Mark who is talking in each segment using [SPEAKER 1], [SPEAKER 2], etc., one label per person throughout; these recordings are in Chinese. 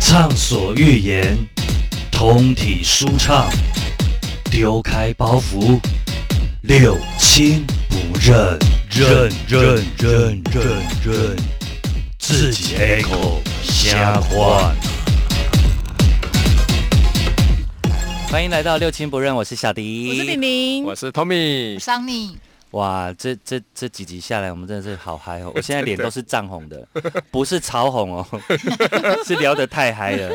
[SPEAKER 1] 畅所欲言，通体舒畅，丢开包袱，六亲不认，认认认认认，自己 A 口瞎换。
[SPEAKER 2] 欢迎来到六亲不认，我是小迪，
[SPEAKER 3] 我是饼饼，
[SPEAKER 4] 我是 Tommy，
[SPEAKER 3] 桑尼，
[SPEAKER 2] 哇，这这这几集下来，我们真的是好嗨 哦！我现在脸都是涨红的，不是潮红哦， 是聊得太嗨了。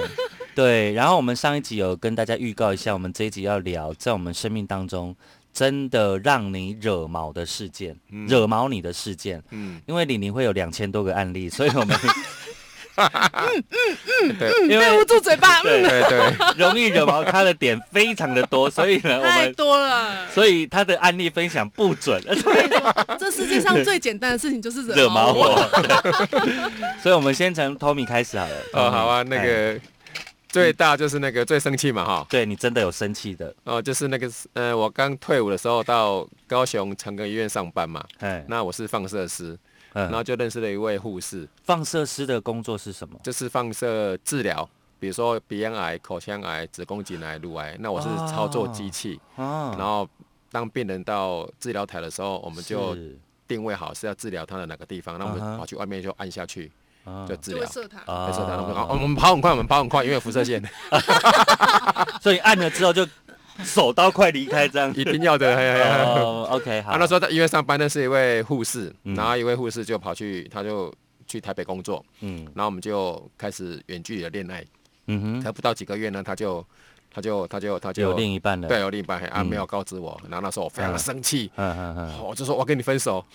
[SPEAKER 2] 对，然后我们上一集有跟大家预告一下，我们这一集要聊在我们生命当中真的让你惹毛的事件，
[SPEAKER 3] 嗯
[SPEAKER 2] 惹毛你的事件。
[SPEAKER 4] 嗯，
[SPEAKER 2] 因为李宁会有两千多个案例，所以 我们嗯
[SPEAKER 4] 对
[SPEAKER 2] 因
[SPEAKER 3] 对，捂
[SPEAKER 2] 为
[SPEAKER 3] 住嘴巴，嗯，
[SPEAKER 2] 对
[SPEAKER 4] 对对，
[SPEAKER 2] 容易惹毛他的点非常的多，所以呢，我
[SPEAKER 3] 太
[SPEAKER 2] 们
[SPEAKER 3] 多了。
[SPEAKER 2] 所以他的案例分享不准，
[SPEAKER 3] 这世界上最简单的事情就是
[SPEAKER 2] 惹毛
[SPEAKER 3] 我。
[SPEAKER 2] 我。对 所以我们先从 Tommy 开始好了。
[SPEAKER 4] 哦，
[SPEAKER 2] Tommy，
[SPEAKER 4] 好啊，那
[SPEAKER 2] 哎
[SPEAKER 4] 个最大就是那个最生气嘛哈，
[SPEAKER 2] 对你真的有生气的，
[SPEAKER 4] 哦，就是那个呃，我刚退伍的时候到高雄长庚医院上班嘛，
[SPEAKER 2] 哎，
[SPEAKER 4] 那我是放射师，然
[SPEAKER 2] 嗯，
[SPEAKER 4] 后就认识了一位护士，
[SPEAKER 2] 放射师的工作是什么？
[SPEAKER 4] 就是放射治疗。比如说鼻咽癌、口腔癌、子宫颈癌、乳癌，那我是
[SPEAKER 2] 哦
[SPEAKER 4] 操作机器，然
[SPEAKER 2] 啊，
[SPEAKER 4] 后当病人到治疗台的时候，我
[SPEAKER 2] 我
[SPEAKER 4] 们就定位好是要治疗他的哪个地方，那我们
[SPEAKER 2] 啊哈
[SPEAKER 4] 跑去外面就按下去
[SPEAKER 2] 哦
[SPEAKER 4] 就
[SPEAKER 2] 嗯
[SPEAKER 4] 治
[SPEAKER 3] 就
[SPEAKER 4] 疗
[SPEAKER 3] 会。射他，
[SPEAKER 4] 没事，然后我们就
[SPEAKER 2] 啊
[SPEAKER 4] 说，哦我们跑很快，我们跑很快，因为有辐射线
[SPEAKER 2] 所以按了之后就手刀快离开这样。
[SPEAKER 4] 一定要 的。嘿嘿嘿
[SPEAKER 2] 哦，OK，好
[SPEAKER 4] 啊，，那时候在医院上班的是一位护士，
[SPEAKER 2] 嗯
[SPEAKER 4] 然后一位护士就跑去，他就去台北工作，
[SPEAKER 2] 嗯
[SPEAKER 4] 然后我们就开始远距离的恋爱。
[SPEAKER 2] 嗯哼，
[SPEAKER 4] 才不到几个月呢，他就他就他就他就
[SPEAKER 2] 有另一半了，
[SPEAKER 4] 对，有另一半，嘿啊，
[SPEAKER 2] 嗯
[SPEAKER 4] 没有告知我，然后那时候我非常的生气。
[SPEAKER 2] 嗯嗯嗯，
[SPEAKER 4] 我就说我要跟你分手，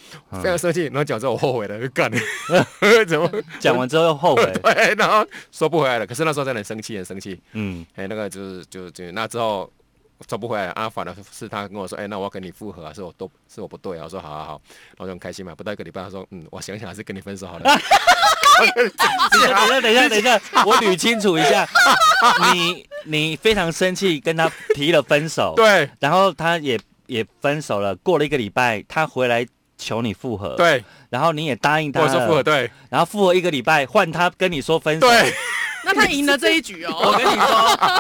[SPEAKER 4] 非常生气。然后讲之后我后悔了，就干， 怎么？
[SPEAKER 2] 讲完之后又后悔，
[SPEAKER 4] 对，然后收不回来了。可是那时候真的很生气，很生气。
[SPEAKER 2] 嗯，
[SPEAKER 4] 哎、那个就是就就那之后走不回来了啊，反而是他跟我说，哎、那我要跟你复合、啊，是我都是我不对啊，我说好好好，然后就很开心嘛。不到一个礼拜，他说，嗯，我想想还是跟你分手好了。
[SPEAKER 2] 等一下，等一下，等一下，我捋清楚一 下，你你非常生气，跟他提了分手，
[SPEAKER 4] 对
[SPEAKER 2] 然后他也也分手了，过了一个礼拜，他回来求你复合，，
[SPEAKER 4] 对，
[SPEAKER 2] 然后你也答应他
[SPEAKER 4] 我说复合，
[SPEAKER 2] 了，
[SPEAKER 4] 对
[SPEAKER 2] 然后复合一个礼拜，换呃他跟你说分手，
[SPEAKER 4] 对，
[SPEAKER 3] 那他赢了这一局
[SPEAKER 2] 我
[SPEAKER 3] 哦。
[SPEAKER 2] 跟你说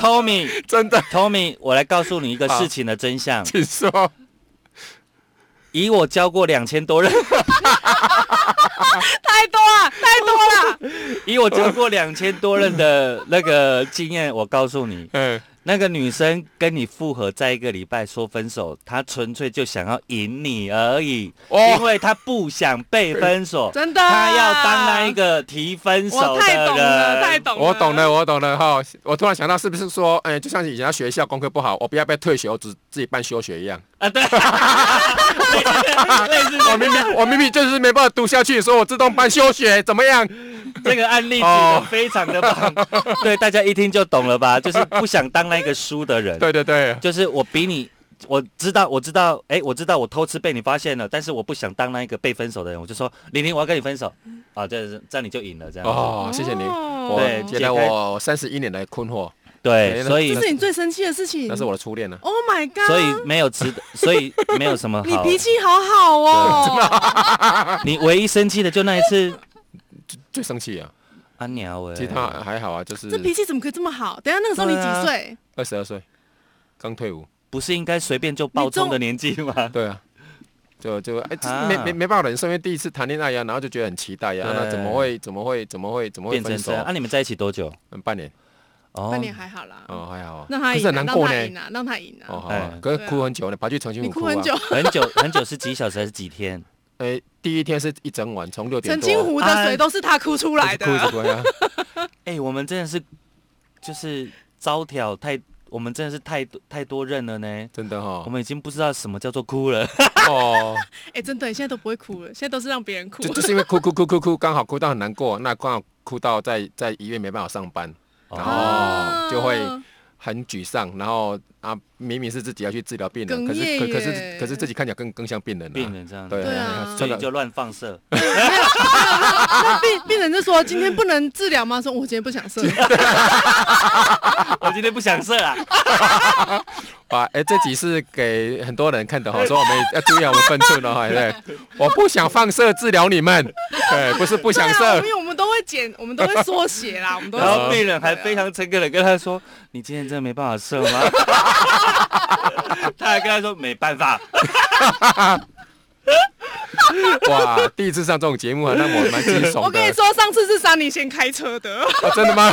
[SPEAKER 2] ，Tommy
[SPEAKER 4] 真的，
[SPEAKER 2] Tommy，我来告诉你一个事情的真相，
[SPEAKER 4] 请说。
[SPEAKER 2] 以我教过两千多人，
[SPEAKER 3] 太多了，太多了。
[SPEAKER 2] 以我教过两千多人的那个经验，我告诉你，
[SPEAKER 4] 嗯，
[SPEAKER 2] 那个女生跟你复合，在一个礼拜说分手，她纯粹就想要赢你而已，
[SPEAKER 4] 哦
[SPEAKER 2] 因为她不想被分手，
[SPEAKER 3] 真的啊
[SPEAKER 2] 她要当那一个提分手
[SPEAKER 3] 我
[SPEAKER 2] 的
[SPEAKER 3] 太
[SPEAKER 2] 人。
[SPEAKER 3] 懂了，太懂了，
[SPEAKER 4] 我懂了，。我懂了哈。我突然想到，是不是说，哎、就像以前学校功课不好，我不要被退学，我只自己办休学一样。
[SPEAKER 2] 啊， 对，类似类似
[SPEAKER 4] 我明明我明明就是没办法读下去，所以我自动办休学，怎么样？
[SPEAKER 2] 这个案例举
[SPEAKER 3] 哦
[SPEAKER 2] 得非常的棒，对大家一听就懂了吧？就是不想当那个输的人，
[SPEAKER 4] 对对对，
[SPEAKER 2] 就是我比你。我知道，我知道，哎，我知道我偷吃被你发现了，但是我不想当那一个被分手的人，我就说玲玲，我要跟你分手，啊，这这样你就赢了，这样。
[SPEAKER 4] 哦，谢谢您，
[SPEAKER 3] 哦
[SPEAKER 4] 我
[SPEAKER 2] 对
[SPEAKER 4] 觉
[SPEAKER 2] 解开
[SPEAKER 4] 得我三十一年来困惑，
[SPEAKER 2] 对，
[SPEAKER 4] 哎
[SPEAKER 2] 所以
[SPEAKER 3] 这是你最生气的事情。
[SPEAKER 4] 那是我的初恋啊呢。
[SPEAKER 3] Oh my god！
[SPEAKER 2] 所以没有值得，所以没有什么
[SPEAKER 3] 你
[SPEAKER 2] 好。
[SPEAKER 3] 脾气好好哦。
[SPEAKER 4] 啊
[SPEAKER 2] 你唯一生气的就那一次，
[SPEAKER 4] 最生气啊，
[SPEAKER 2] 啊鸟哎、
[SPEAKER 4] 其他还好啊，就是
[SPEAKER 3] 这脾气怎么可以这么好？等一下那个时候你几岁？
[SPEAKER 4] 二十二岁，刚退伍，
[SPEAKER 2] 不是应该随便就爆冲的年纪吗？
[SPEAKER 4] 对啊，就就哎，这
[SPEAKER 2] 啊
[SPEAKER 4] 没没没办法忍受，因为第一次谈恋爱呀，然后就觉得很期待呀，
[SPEAKER 2] 对
[SPEAKER 4] 那怎么会怎么会怎么会怎么会
[SPEAKER 2] 变成
[SPEAKER 4] 分手
[SPEAKER 2] 这？样，啊，你们在一起多久？
[SPEAKER 4] 嗯，半年
[SPEAKER 2] 哦
[SPEAKER 3] 半年还好啦，
[SPEAKER 4] 啊哦，还好啊，
[SPEAKER 3] 让他
[SPEAKER 4] 可
[SPEAKER 3] 赢
[SPEAKER 4] 是
[SPEAKER 3] 啊，
[SPEAKER 4] 很
[SPEAKER 3] 让
[SPEAKER 4] 难过
[SPEAKER 3] 他
[SPEAKER 4] 呢
[SPEAKER 3] 赢。啊，让他赢
[SPEAKER 4] 哦，
[SPEAKER 3] 啊。
[SPEAKER 4] 好啊
[SPEAKER 2] 哎，
[SPEAKER 4] 可是
[SPEAKER 3] 对啊
[SPEAKER 4] 哭很久呢，跑去重庆
[SPEAKER 3] 你
[SPEAKER 4] 湖
[SPEAKER 3] 哭
[SPEAKER 4] 啊
[SPEAKER 3] 很久。，
[SPEAKER 2] 很久很久是几小时还是几天？
[SPEAKER 4] 哎，第一天是一整晚，从六点
[SPEAKER 3] 澄
[SPEAKER 4] 多
[SPEAKER 3] 清湖的水都是他哭出来
[SPEAKER 4] 一直哭一直
[SPEAKER 3] 的。啊
[SPEAKER 4] 哭呀，
[SPEAKER 2] 哎、我们真的是就是招挑太，我们真的是太多太多认了呢。
[SPEAKER 4] 真的哈
[SPEAKER 2] 我。们已经不知道什么叫做哭了，
[SPEAKER 4] 哦，
[SPEAKER 3] 哎，真的，你现在都不会哭了，现在都是让别人哭
[SPEAKER 4] 就。就是因为哭哭哭哭哭，刚好哭到很难过，那刚好哭到在在医院没办法上班，然后哦就会
[SPEAKER 3] 啊
[SPEAKER 4] 很沮丧，然后啊，明明是自己要去治疗病人，
[SPEAKER 3] 哽
[SPEAKER 4] 可是可
[SPEAKER 3] 咽
[SPEAKER 4] 可是
[SPEAKER 3] 耶
[SPEAKER 4] 可是自己看起来更更像病 人、啊，
[SPEAKER 2] 病人这样，
[SPEAKER 4] 对
[SPEAKER 3] 对啊
[SPEAKER 2] 所
[SPEAKER 4] 真
[SPEAKER 2] 以
[SPEAKER 4] 的
[SPEAKER 2] 就乱放射。
[SPEAKER 3] 那病病人就说今天不能治疗吗？说我今天不想射。
[SPEAKER 2] 我今天不想射啊啦，
[SPEAKER 4] 哇，哎、这集是给很多人看的哈，说我们要注意我们 分寸哦，哎对，我不想放射治疗你们，对，不是不想
[SPEAKER 3] 对啊
[SPEAKER 4] 射
[SPEAKER 3] 因，为我们都会会减，我们都会缩写啦，我们都会
[SPEAKER 2] 然
[SPEAKER 3] 缩
[SPEAKER 2] 后病人还非常诚恳的跟他说：“你今天真的没办法射吗？” 他还跟他说：“没办法。
[SPEAKER 3] 啊
[SPEAKER 4] 哇，第一次上这种节目啊，让我蛮惊悚的。
[SPEAKER 3] 我跟你说，上次是三妮先开车的，
[SPEAKER 4] 啊，真的吗？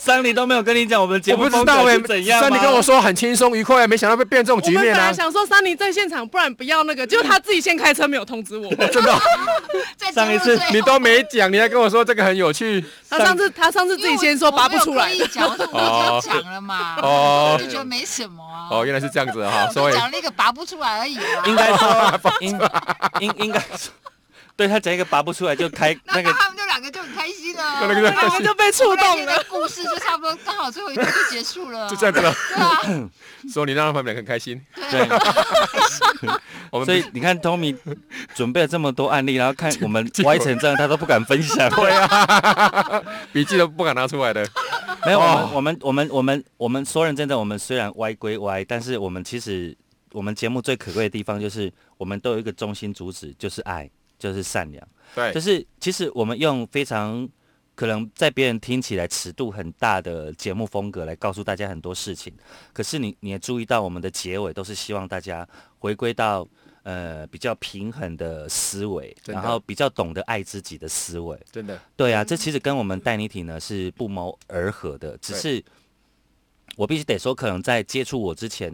[SPEAKER 2] 桑尼都没有跟你讲我们节
[SPEAKER 4] 我
[SPEAKER 2] 目
[SPEAKER 4] 不知
[SPEAKER 2] 风
[SPEAKER 4] 道
[SPEAKER 2] 格
[SPEAKER 4] 哎、
[SPEAKER 2] 是怎样吗
[SPEAKER 4] 但你跟我说很轻松愉快，没想到会变这种
[SPEAKER 3] 我
[SPEAKER 4] 局
[SPEAKER 3] 们本
[SPEAKER 4] 面啊
[SPEAKER 3] 来！想说三妮在现场，不然不要那个，结果他自己先开车，没有通知我们。
[SPEAKER 4] 真的哦，
[SPEAKER 5] 在节目
[SPEAKER 2] 上一次
[SPEAKER 5] 最后
[SPEAKER 4] 你都没讲，你还跟我说这个很有趣
[SPEAKER 3] 他上次他上次自己先说拔不出来
[SPEAKER 5] 因为我我没有刻意讲，我说我已经讲了嘛，
[SPEAKER 4] 哦
[SPEAKER 5] 我就觉得没什么啊。
[SPEAKER 4] 哦，原来是这样子哈、
[SPEAKER 5] 我
[SPEAKER 4] 所以
[SPEAKER 5] 讲了一个拔不出来而已啊。
[SPEAKER 2] 应该 说，应应应该说，对他讲一个拔不出来就 开那
[SPEAKER 5] 那
[SPEAKER 2] 个
[SPEAKER 5] 他们就两个就很开心啊。
[SPEAKER 4] 那个
[SPEAKER 3] 我们就被触动了
[SPEAKER 5] 那。故事就差不多，刚好最后一段就结束了啊。
[SPEAKER 4] 就这样子了，
[SPEAKER 5] 对啊，
[SPEAKER 4] 所以你让他们两个很开心。
[SPEAKER 2] 对。
[SPEAKER 4] 我们
[SPEAKER 2] 所以你看，Tommy 准备了这么多案例，然后看我们歪成这样，他都不敢分享。对啊，
[SPEAKER 4] 笔记都不敢拿出来的，
[SPEAKER 2] 没有
[SPEAKER 4] 哦
[SPEAKER 2] 我们，我们，我们，我们，我们说认真的，我们虽然歪归歪，但是我们其实我们节目最可贵的地方就是我们都有一个中心主旨，就是爱，就是善良，就
[SPEAKER 4] 对，
[SPEAKER 2] 是其实我们用非常可能在别人听起来尺度很大的节目风格来告诉大家很多事情，可是你你也注意到我们的结尾都是希望大家回归到。呃，比较平衡的思维，
[SPEAKER 4] 真的
[SPEAKER 2] 然后比较懂得爱自己的思维，
[SPEAKER 4] 真的，
[SPEAKER 2] 对啊，这其实跟我们带你体呢是不谋而合的，只
[SPEAKER 4] 对
[SPEAKER 2] 是我必须得说，可能在接触我之前，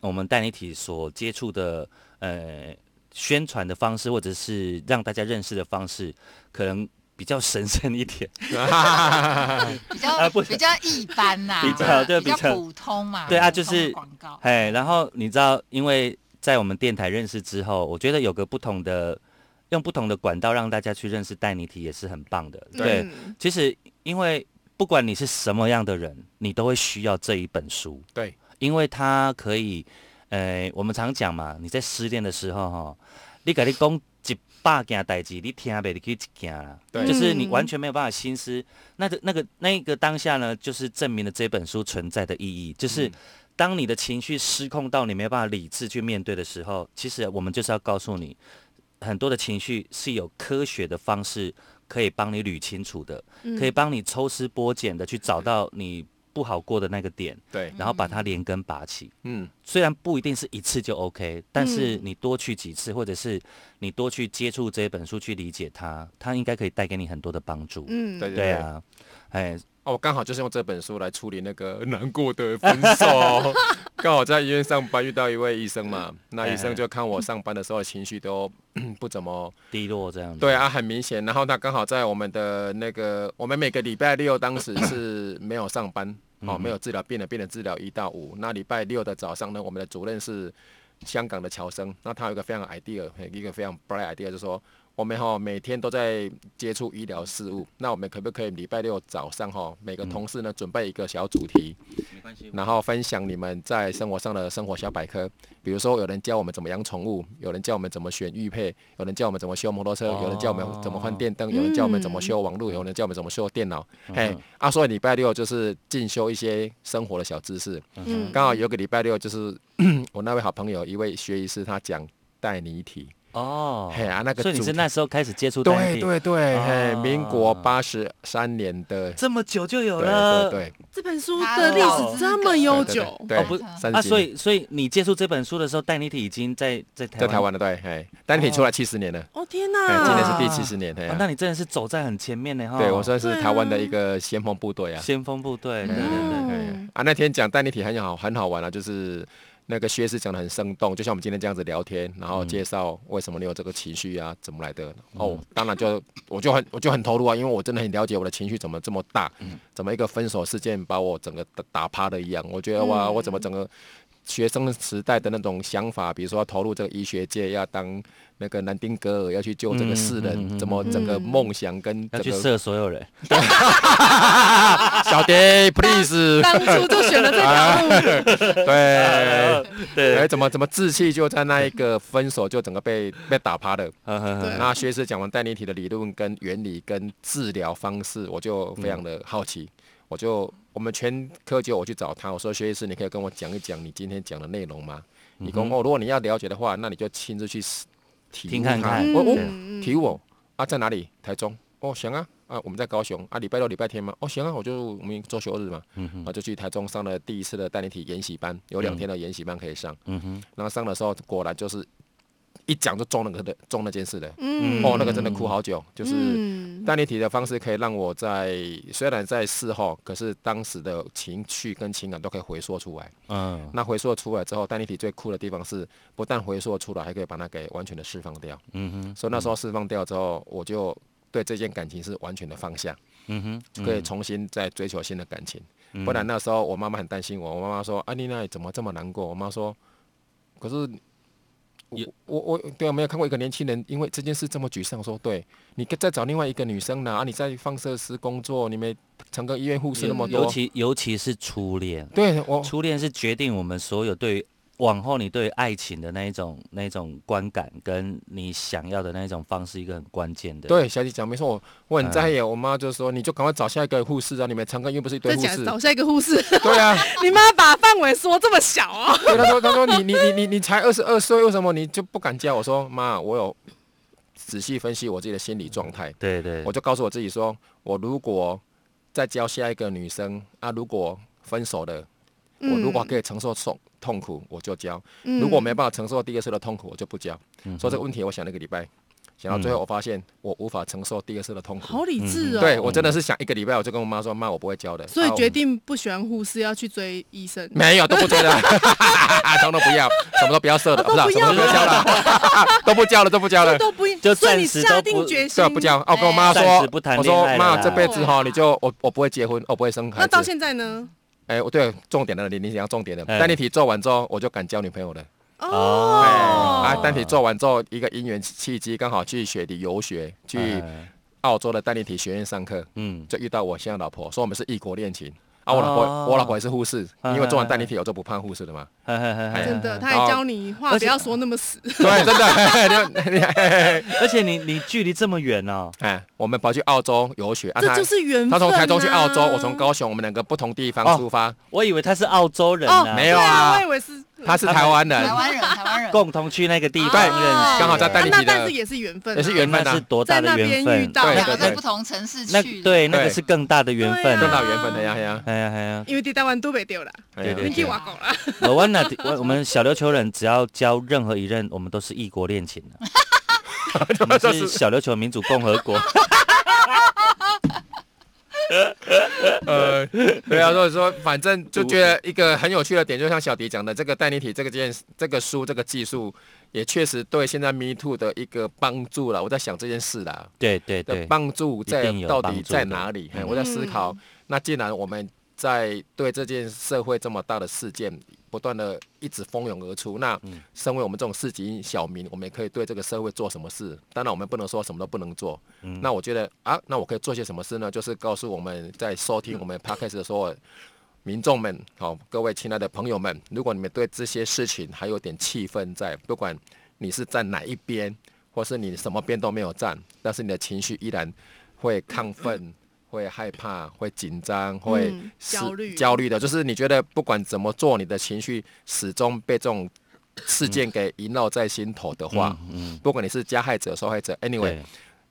[SPEAKER 2] 我们带你体所接触的呃宣传的方式，或者是让大家认识的方式，可能比较神圣一点。
[SPEAKER 5] 比
[SPEAKER 2] 啊
[SPEAKER 5] 较
[SPEAKER 2] 不
[SPEAKER 5] 比较一般呐，
[SPEAKER 2] 比较对
[SPEAKER 5] 比较
[SPEAKER 2] 比较
[SPEAKER 5] 普通嘛。
[SPEAKER 2] 对啊
[SPEAKER 5] 普通
[SPEAKER 2] 就是
[SPEAKER 5] 的广告。
[SPEAKER 2] 哎，然后你知道，因为在我们电台认识之后，我觉得有个不同的，用不同的管道让大家去认识带你体也是很棒的。对，
[SPEAKER 3] 嗯
[SPEAKER 2] 其实因为不管你是什么样的人，你都会需要这一本书。
[SPEAKER 4] 对，
[SPEAKER 2] 因为它可以，呃，我们常讲嘛，你在失恋的时候哈，你跟你讲一百件代志，你听不入去一件啦，
[SPEAKER 4] 对
[SPEAKER 2] 就是你
[SPEAKER 3] 嗯
[SPEAKER 2] 完全没有办法心思。那个、那个、那个当下呢，就是证明了这本书存在的意义，就是。
[SPEAKER 4] 嗯
[SPEAKER 2] 当你的情绪失控到你没有办法理智去面对的时候，其实我们就是要告诉你，很多的情绪是有科学的方式可以帮你捋清楚的，可
[SPEAKER 3] 嗯
[SPEAKER 2] 以帮你抽丝剥茧的去找到你不好过的那个点，
[SPEAKER 4] 对，
[SPEAKER 2] 然后把它连根拔起。
[SPEAKER 4] 嗯，
[SPEAKER 2] 虽然不一定是一次就 OK，但是
[SPEAKER 3] 嗯
[SPEAKER 2] 你多去几次，或者是你多去接触这本书去理解它，它应该可以带给你很多的帮助。
[SPEAKER 3] 嗯
[SPEAKER 4] 对
[SPEAKER 2] 对
[SPEAKER 4] 对。
[SPEAKER 2] 啊，哎，
[SPEAKER 4] 哦，我刚好就是用这本书来处理那个难过的分手。 刚好在医院上班遇到一位医生嘛，那医生
[SPEAKER 2] 嗯
[SPEAKER 4] 就看我上班的时候情绪都 不怎么
[SPEAKER 2] 低落这样子。
[SPEAKER 4] 对啊，很明显。然后他刚好在我们的那个，我们每个礼拜六当时是没有上班，
[SPEAKER 2] 嗯
[SPEAKER 4] 哦，没有治疗病人，病人治疗一到五。那礼拜六的早上呢，我们的主任是香港的乔生，那他有一个非常 idea，一个非常 bright idea，就是说。我们哈每天都在接触医疗事务，那我们可不可以礼拜六早上哈每个同事呢准备一个小主题，
[SPEAKER 2] 没关系。
[SPEAKER 4] 然后分享你们在生活上的生活小百科，比如说有人教我们怎么养宠物，有人教我们怎么选玉佩，有人教我们怎么修摩托车，
[SPEAKER 2] 哦
[SPEAKER 4] 有人教我们怎么换电灯，有人教我们怎么修网络，有人教我们怎么修电脑。嘿
[SPEAKER 2] 嗯，
[SPEAKER 4] 啊，所以礼拜六就是进修一些生活的小知识。
[SPEAKER 3] 嗯
[SPEAKER 4] 刚好有个礼拜六就是 我那位好朋友一位学医师，他讲带你体，
[SPEAKER 2] 哦，
[SPEAKER 4] 嘿啊那个
[SPEAKER 2] 所以你
[SPEAKER 4] 主
[SPEAKER 2] 是
[SPEAKER 4] 题
[SPEAKER 2] 那时候开始接触丹
[SPEAKER 4] 对
[SPEAKER 2] 地，
[SPEAKER 4] 对对，嘿，
[SPEAKER 2] 啊
[SPEAKER 4] 民国八十三年的，
[SPEAKER 2] 这么久就有
[SPEAKER 4] 对
[SPEAKER 2] 了。
[SPEAKER 4] 对对，
[SPEAKER 3] 这本书的历史这么悠久，
[SPEAKER 4] 对，
[SPEAKER 2] 哦不
[SPEAKER 4] 对三
[SPEAKER 2] 啊，
[SPEAKER 4] 十几
[SPEAKER 2] 所
[SPEAKER 4] 年
[SPEAKER 2] 以所以你接触这本书的时候，戴妮体已经在在台
[SPEAKER 4] 在
[SPEAKER 2] 湾，
[SPEAKER 4] 台湾的对，嘿，单体出来七十年了。
[SPEAKER 3] 哦天
[SPEAKER 4] 哎，今年
[SPEAKER 3] 哪！
[SPEAKER 4] 是第七十年，哎
[SPEAKER 2] 啊
[SPEAKER 4] 呀、
[SPEAKER 2] 那你真的是走在很前面呢哈。
[SPEAKER 4] 对我算是
[SPEAKER 3] 对啊
[SPEAKER 4] 台湾的一个先锋部队啊。
[SPEAKER 2] 先锋部队，
[SPEAKER 4] 嗯
[SPEAKER 2] 对对对，
[SPEAKER 4] 哎啊，那天讲代理体很好，很好玩啊，就是那个薛师讲的很生动，就像我们今天这样子聊天，然
[SPEAKER 2] 嗯
[SPEAKER 4] 后介绍为什么你有这个情绪啊，怎么来的。哦，当然就我就很我就很投入啊，因为我真的很了解我的情绪怎么这么大，
[SPEAKER 2] 嗯
[SPEAKER 4] 怎么一个分手事件把我整个打打趴的一样，我觉得
[SPEAKER 2] 嗯
[SPEAKER 4] 哇，我怎么整个。学生时代的那种想法，比如说要投入这个医学界，要当那个南丁格尔，要去救这个世人，
[SPEAKER 2] 嗯嗯嗯嗯
[SPEAKER 4] 怎么整个梦想跟
[SPEAKER 2] 要
[SPEAKER 4] 整
[SPEAKER 2] 去
[SPEAKER 4] 个
[SPEAKER 2] 射所有人。
[SPEAKER 4] 小蝶，please，
[SPEAKER 3] 当初就选了这条
[SPEAKER 4] 哎
[SPEAKER 3] 路，
[SPEAKER 4] 对，
[SPEAKER 2] 对
[SPEAKER 4] 哎，怎么怎么志气就在那一个分手就整个被 被打趴了。
[SPEAKER 2] 呵呵呵
[SPEAKER 3] 对
[SPEAKER 4] 那薛师讲完代理体的理论跟原理跟治疗方式，我就非常的好奇，我就我们全科就我去找他，我说薛医师，你可以跟我讲一讲你今天讲的内容吗？你跟我、哦，如果你要了解的话，那你就亲自去体悟哦
[SPEAKER 2] 听看看
[SPEAKER 4] 我我、
[SPEAKER 3] 嗯
[SPEAKER 4] 体悟我啊，在哪里？台中哦，行啊，啊，我们在高雄啊，礼拜六、礼拜天嘛，哦，行啊，我就我们周休日嘛，
[SPEAKER 2] 嗯
[SPEAKER 4] 啊，
[SPEAKER 2] 哼，
[SPEAKER 4] 就去台中上了第一次的代理体研习班，有两天的研习班可以上。
[SPEAKER 2] 嗯哼，
[SPEAKER 4] 然后上的时候，果然就是一讲就中那个的中那件事的，
[SPEAKER 3] 嗯
[SPEAKER 4] 哦，那个真的哭好久，就是。
[SPEAKER 3] 嗯
[SPEAKER 4] 代理体的方式可以让我在虽然在事后，可是当时的情绪跟情感都可以回溯出来。
[SPEAKER 2] 嗯
[SPEAKER 4] 那回溯出来之后，代理体最酷的地方是，不但回溯出来，还可以把它给完全的释放掉。
[SPEAKER 2] 嗯哼，
[SPEAKER 4] 所以那时候释放掉之后，我就对这件感情是完全的放下，
[SPEAKER 2] 嗯哼，
[SPEAKER 4] 可以重新再追求新的感情。
[SPEAKER 2] 嗯
[SPEAKER 4] 不然那时候我妈妈很担心我，我妈妈说：“啊，你那怎么这么难过？”我妈说：“可是我
[SPEAKER 2] 也
[SPEAKER 4] 我我对啊，没有看过一个年轻人因为这件事这么沮丧。”我说：“对，你再找另外一个女生呢？啊，你在放射师工作，你没成个医院护士那么
[SPEAKER 2] 尤
[SPEAKER 4] 多。
[SPEAKER 2] 其尤其是初恋”，
[SPEAKER 4] 对我
[SPEAKER 2] 初恋是决定我们所有对于往后你对于爱情的那一种那一种观感，跟你想要的那一种方式，一个很关键的。
[SPEAKER 4] 对小姐讲没错，我我
[SPEAKER 2] 哎
[SPEAKER 4] 很在意。我妈就说：“你就赶快找下一个护士啊！你们成个医院不是一堆
[SPEAKER 3] 再
[SPEAKER 4] 护
[SPEAKER 3] 讲
[SPEAKER 4] 士？”
[SPEAKER 3] 找下一个护士，
[SPEAKER 4] 对啊，
[SPEAKER 3] 你妈把范围缩这么小哦。
[SPEAKER 4] 对，他说他说你你你你你才二十二岁，为什么你就不敢嫁？我说妈，我有仔细分析我自己的心理状态，
[SPEAKER 2] 对对，
[SPEAKER 4] 我就告诉我自己说，我如果再交下一个女生啊，如果分
[SPEAKER 3] 嗯
[SPEAKER 4] 手了，我如果可以承受痛痛苦，我就交；
[SPEAKER 3] 嗯
[SPEAKER 4] 如果没办法承受第二次的痛苦，我就不交。所以
[SPEAKER 2] 嗯
[SPEAKER 4] 这个问题，我想了一个礼拜，想到最后，我发现我无法承受第二次的痛苦。
[SPEAKER 3] 好理智哦，
[SPEAKER 4] 嗯对我真的是想一个礼拜，我就跟我妈说，妈，我不会交的。
[SPEAKER 3] 所以
[SPEAKER 4] 啊
[SPEAKER 3] 决定不喜欢护士，要去追医生。
[SPEAKER 4] 没有，都不 追了， 通通不要，什么都不要射的，
[SPEAKER 3] 哦都
[SPEAKER 4] 不是啊，什么
[SPEAKER 3] 不
[SPEAKER 4] 都
[SPEAKER 3] 要
[SPEAKER 4] 不交了， 都不交了，都不交了
[SPEAKER 3] 这，都不
[SPEAKER 2] 就
[SPEAKER 3] 所以你
[SPEAKER 2] 暂时都
[SPEAKER 3] 下
[SPEAKER 2] 不
[SPEAKER 3] 定决心，
[SPEAKER 4] 对啊，不交。啊我跟我妈
[SPEAKER 2] 暂
[SPEAKER 4] 说
[SPEAKER 2] 时不谈，
[SPEAKER 4] 我
[SPEAKER 2] 恋爱
[SPEAKER 4] 说
[SPEAKER 2] 了
[SPEAKER 4] 妈，
[SPEAKER 2] 啦
[SPEAKER 4] 这辈子哈，你就我我不会结婚，哦我不会生
[SPEAKER 3] 那
[SPEAKER 4] 孩
[SPEAKER 3] 到
[SPEAKER 4] 子。
[SPEAKER 3] 现在呢？
[SPEAKER 4] 哎，我对重点的，你你讲重点的，
[SPEAKER 2] 哎
[SPEAKER 4] 单体题做完之后，我就敢交女朋友了。
[SPEAKER 2] 哦
[SPEAKER 4] 哎，
[SPEAKER 2] 哦
[SPEAKER 4] 啊，单体做完之后，一个因缘契机，刚好去雪梨游学，去
[SPEAKER 2] 哎
[SPEAKER 4] 澳洲的单体体学院上课，
[SPEAKER 2] 嗯
[SPEAKER 4] 就遇到我现在的老婆，说我们是异国恋情。啊，我老婆，
[SPEAKER 2] 哦
[SPEAKER 4] 我老婆也是护士，
[SPEAKER 2] 哎
[SPEAKER 4] 因为做完代理体，我就不怕护士 了嘛。
[SPEAKER 2] 嘿嘿
[SPEAKER 4] 哎
[SPEAKER 2] 嘿嘿
[SPEAKER 3] 真的，他
[SPEAKER 4] 然
[SPEAKER 3] 也
[SPEAKER 4] 后
[SPEAKER 3] 教你话
[SPEAKER 2] 而
[SPEAKER 3] 不
[SPEAKER 2] 且
[SPEAKER 3] 要说那么死。
[SPEAKER 4] 对，真的， 你你
[SPEAKER 2] 而且你你距离这么远哦，
[SPEAKER 4] 哎，我们跑去澳洲游学，啊、
[SPEAKER 3] 这
[SPEAKER 4] 他
[SPEAKER 3] 就是缘分、
[SPEAKER 4] 他
[SPEAKER 3] 啊。
[SPEAKER 4] 从台中去澳洲，我从高雄，我们两个不同地方
[SPEAKER 2] 哦
[SPEAKER 4] 出发，
[SPEAKER 2] 我以为他是澳洲人呢，
[SPEAKER 3] 哦
[SPEAKER 4] 没
[SPEAKER 3] 对
[SPEAKER 4] 有
[SPEAKER 3] 啊，
[SPEAKER 4] 啊
[SPEAKER 3] 我以为是
[SPEAKER 4] 他是台湾人
[SPEAKER 5] 台，湾人，台湾人，
[SPEAKER 2] 共同去那个地方
[SPEAKER 4] 对
[SPEAKER 2] 认识，
[SPEAKER 4] 刚好在
[SPEAKER 3] 啊
[SPEAKER 4] 丹尼
[SPEAKER 3] 那
[SPEAKER 4] 提
[SPEAKER 3] 但
[SPEAKER 4] 的
[SPEAKER 3] 是，也是缘分、啊，
[SPEAKER 4] 也是缘分
[SPEAKER 2] 那
[SPEAKER 4] 啊
[SPEAKER 2] 是多大的
[SPEAKER 3] 在那
[SPEAKER 2] 缘
[SPEAKER 3] 边遇
[SPEAKER 2] 分？
[SPEAKER 3] 到，啊
[SPEAKER 4] 对
[SPEAKER 5] 两
[SPEAKER 4] 对
[SPEAKER 5] 个
[SPEAKER 4] 对
[SPEAKER 5] 在不同城市
[SPEAKER 2] 那
[SPEAKER 5] 去的，
[SPEAKER 2] 对，那
[SPEAKER 4] 对
[SPEAKER 2] 个是更大的缘分
[SPEAKER 3] 对
[SPEAKER 4] 更
[SPEAKER 3] 啊
[SPEAKER 4] 到缘分的呀呀，
[SPEAKER 2] 哎呀哎呀，
[SPEAKER 3] 因为在台湾都北丢了，
[SPEAKER 4] 哎呀
[SPEAKER 2] 对
[SPEAKER 3] 你
[SPEAKER 2] 对
[SPEAKER 3] 去
[SPEAKER 2] 对
[SPEAKER 3] 瓦狗了，
[SPEAKER 2] 我问了，我我们小琉球人只要交任何一任，我们都是异国恋情的。 我们是小琉球民主共和 国，
[SPEAKER 4] 呃，对啊，所以说反正就觉得一个很有趣的点，就像小迪讲的，这个代理体这个件这个书这个技术，也确实对现在 Me Too 的一个帮助了。我在想这件事啦，
[SPEAKER 2] 对对
[SPEAKER 4] 的
[SPEAKER 2] 对，
[SPEAKER 4] 帮助
[SPEAKER 2] 一
[SPEAKER 4] 在
[SPEAKER 2] 定有
[SPEAKER 4] 到
[SPEAKER 2] 帮
[SPEAKER 4] 底
[SPEAKER 2] 助
[SPEAKER 4] 在
[SPEAKER 2] 的
[SPEAKER 4] 哪里？嘿
[SPEAKER 2] 嗯
[SPEAKER 4] 我在思考，那既然我们在对这件社会这么大的事件不断的一直蜂拥而出，那
[SPEAKER 2] 嗯
[SPEAKER 4] 身为我们这种市井小民，我们也可以对这个社会做什么事？当然，我们不能说什么都不能做。
[SPEAKER 2] 嗯
[SPEAKER 4] 那我觉得啊，那我可以做些什么事呢？就是告诉我们在收听我们 podcast 的所有民众们，好、各位亲爱的朋友们，如果你们对这些事情还有点气愤在，不管你是站哪一边，或是你什么边都没有站，但是你的情绪依然会亢奋、会害怕、会紧张、会
[SPEAKER 3] 嗯
[SPEAKER 4] 是
[SPEAKER 3] 焦虑
[SPEAKER 4] 焦虑的，就是你觉得不管怎么做，你的情绪始终被这种事件给萦绕在心头的话，
[SPEAKER 2] 嗯，
[SPEAKER 4] 不管你是加害者、受害者，anyway，
[SPEAKER 2] 对，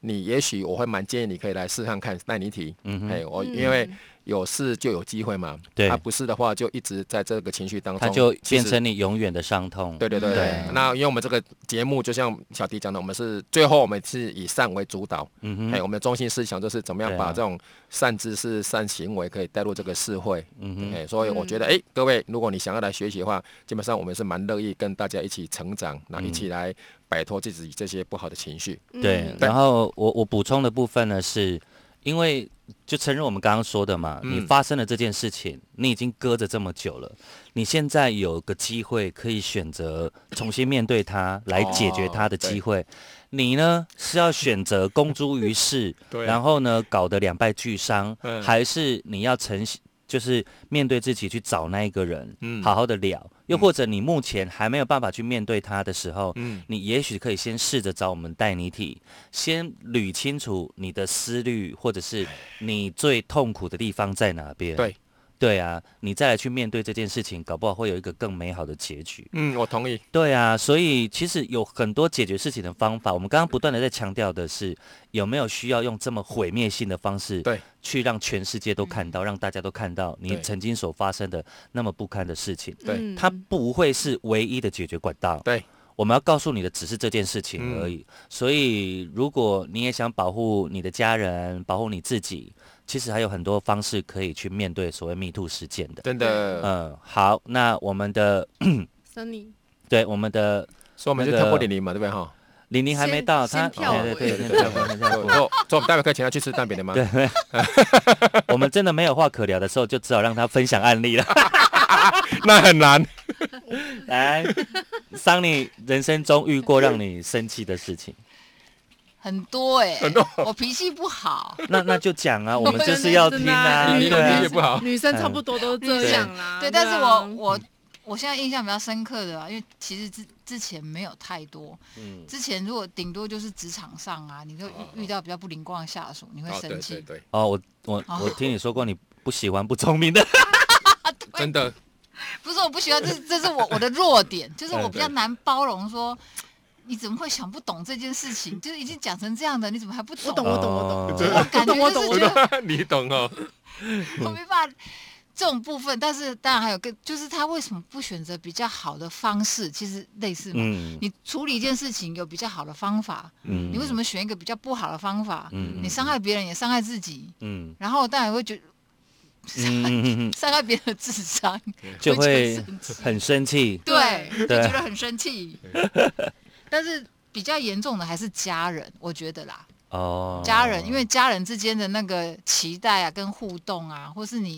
[SPEAKER 4] 你也许我会蛮建议你可以来试看看耐尼提，
[SPEAKER 2] 嗯哼
[SPEAKER 4] 哎，我
[SPEAKER 3] 嗯
[SPEAKER 4] 因为有事就有机会嘛，啊
[SPEAKER 2] 对
[SPEAKER 4] 他不是的话就一直在这个情绪当中，
[SPEAKER 2] 它就
[SPEAKER 4] 其
[SPEAKER 2] 变
[SPEAKER 4] 实
[SPEAKER 2] 成你永远的伤痛。
[SPEAKER 4] 对对对
[SPEAKER 2] 对
[SPEAKER 4] 对。那因为我们这个节目就像小迪讲的，我们是最后我们是以善为主导，
[SPEAKER 2] 嗯
[SPEAKER 4] 哎、
[SPEAKER 2] 哼，
[SPEAKER 4] 我们的中心思想就是怎么样
[SPEAKER 2] 对啊
[SPEAKER 4] 把这种善知识、善行为可以带入这个社会。
[SPEAKER 2] 嗯
[SPEAKER 4] 哎、
[SPEAKER 2] 哼，
[SPEAKER 4] 所以我觉得，哎、各位，如果你想要来学习的话，基本上我们是蛮乐意跟大家一起成长，那一起来摆脱自己这些不好的情绪。
[SPEAKER 2] 对。
[SPEAKER 3] 嗯
[SPEAKER 2] 然后我我补充的部分呢，是因为就承认我们刚刚说的嘛，
[SPEAKER 4] 嗯
[SPEAKER 2] 你发生了这件事情，你已经搁着这么久了，你现在有个机会可以选择重新面对它，来解
[SPEAKER 4] 哦
[SPEAKER 2] 决它的机会。你呢是要选择公诸于世，
[SPEAKER 4] 对啊
[SPEAKER 2] 然后呢搞得两败俱伤，
[SPEAKER 4] 嗯
[SPEAKER 2] 还是你要诚实就是面对自己去找那一个人，
[SPEAKER 4] 嗯
[SPEAKER 2] 好好的聊。又或者你目前还没有办法去面对他的时候，
[SPEAKER 4] 嗯
[SPEAKER 2] 你也许可以先试着找我们带你体，先捋清楚你的思虑，或者是你最痛苦的地方在哪边。
[SPEAKER 4] 对
[SPEAKER 2] 对啊，你再来去面对这件事情，搞不好会有一个更美好的结局。
[SPEAKER 4] 嗯，我同意。
[SPEAKER 2] 对啊，所以其实有很多解决事情的方法。我们刚刚不断的在强调的是，有没有需要用这么毁灭性的方式，
[SPEAKER 4] 对，
[SPEAKER 2] 去让全世界都看到，让大家都看到你
[SPEAKER 4] 对
[SPEAKER 2] 曾经所发生的那么不堪的事情。
[SPEAKER 4] 对
[SPEAKER 3] 嗯
[SPEAKER 2] 它不会是唯一的解决管道。
[SPEAKER 4] 对，嗯
[SPEAKER 2] 我们要告诉你的只是这件事情而已。所以，如果你也想保护你的家人，保护你自己，其实还有很多方式可以去面对所谓 Me Too 事件的。
[SPEAKER 4] 真的，
[SPEAKER 2] 嗯，好，那我们的
[SPEAKER 3] 森林，
[SPEAKER 2] 对我们的
[SPEAKER 4] 所以我们就
[SPEAKER 2] 那个
[SPEAKER 4] 跳过点零嘛，对不对
[SPEAKER 2] 哦
[SPEAKER 4] 哈？
[SPEAKER 2] 玲玲还没
[SPEAKER 3] 先
[SPEAKER 2] 到，
[SPEAKER 3] 先
[SPEAKER 2] 她哦
[SPEAKER 3] 跳
[SPEAKER 2] 对
[SPEAKER 3] 回
[SPEAKER 2] 对对，先跳过先跳
[SPEAKER 4] 所以
[SPEAKER 2] 过
[SPEAKER 4] 哦所以所以我们待会可以请他去吃蛋饼的吗？对，
[SPEAKER 2] 我们真的没有话可聊的时候，就只好让她分享案例了。
[SPEAKER 4] 那很难。
[SPEAKER 2] 来，桑尼人生中遇过让你生气的事情，
[SPEAKER 5] 很多哎、我脾气不好，
[SPEAKER 2] 那那就讲 啊，我们就是要听啊，
[SPEAKER 3] 真的
[SPEAKER 4] 你
[SPEAKER 2] 对
[SPEAKER 4] 你
[SPEAKER 2] 啊
[SPEAKER 4] 也。不好。
[SPEAKER 3] 女生差不多都这样啊啦。
[SPEAKER 5] 对，但是我我我现在印象比较深刻的、啊，因为其实之之前没有太多，
[SPEAKER 2] 嗯
[SPEAKER 5] 之前如果顶多就是职场上啊，你就遇遇到比较不灵光的下属，你会
[SPEAKER 4] 哦，对
[SPEAKER 5] 生
[SPEAKER 4] 对
[SPEAKER 5] 气。
[SPEAKER 4] 对，
[SPEAKER 2] 哦，我我
[SPEAKER 5] 哦
[SPEAKER 2] 我听你说过你不喜欢不聪明的，
[SPEAKER 4] 真的，
[SPEAKER 5] 不是我不喜欢，这这是我我的弱点，就是我比较
[SPEAKER 4] 对
[SPEAKER 5] 难包容说。你怎么会想不懂这件事情？就是已经讲成这样的，你怎么还不懂？
[SPEAKER 3] 我懂我懂我懂
[SPEAKER 2] 哦
[SPEAKER 5] 我感觉
[SPEAKER 3] 我
[SPEAKER 5] 就
[SPEAKER 3] 懂
[SPEAKER 5] 是
[SPEAKER 3] 我
[SPEAKER 5] 觉得
[SPEAKER 4] 你懂哦。
[SPEAKER 5] 我没办法这种部分，但是当然还有更，就是他为什么不选择比较好的方式？其实类似嘛，
[SPEAKER 2] 嗯
[SPEAKER 5] 你处理一件事情有比较好的方法，
[SPEAKER 2] 嗯
[SPEAKER 5] 你为什
[SPEAKER 2] 么？
[SPEAKER 5] 么选一个比较不好的方法？
[SPEAKER 2] 嗯
[SPEAKER 5] 你伤害别人也伤害自己，
[SPEAKER 2] 嗯
[SPEAKER 5] 然后当然会觉得
[SPEAKER 2] 嗯嗯 嗯嗯，嗯
[SPEAKER 5] 伤害别人的智商，
[SPEAKER 2] 就
[SPEAKER 5] 我就
[SPEAKER 2] 会
[SPEAKER 5] 生气
[SPEAKER 2] 很生气。
[SPEAKER 5] 对，就
[SPEAKER 2] 对啊
[SPEAKER 5] 觉得很生气。但是比较严重的还是家人，我觉得啦，
[SPEAKER 2] 哦，
[SPEAKER 5] 家人，因为家人之间的那个期待啊，跟互动啊，或是你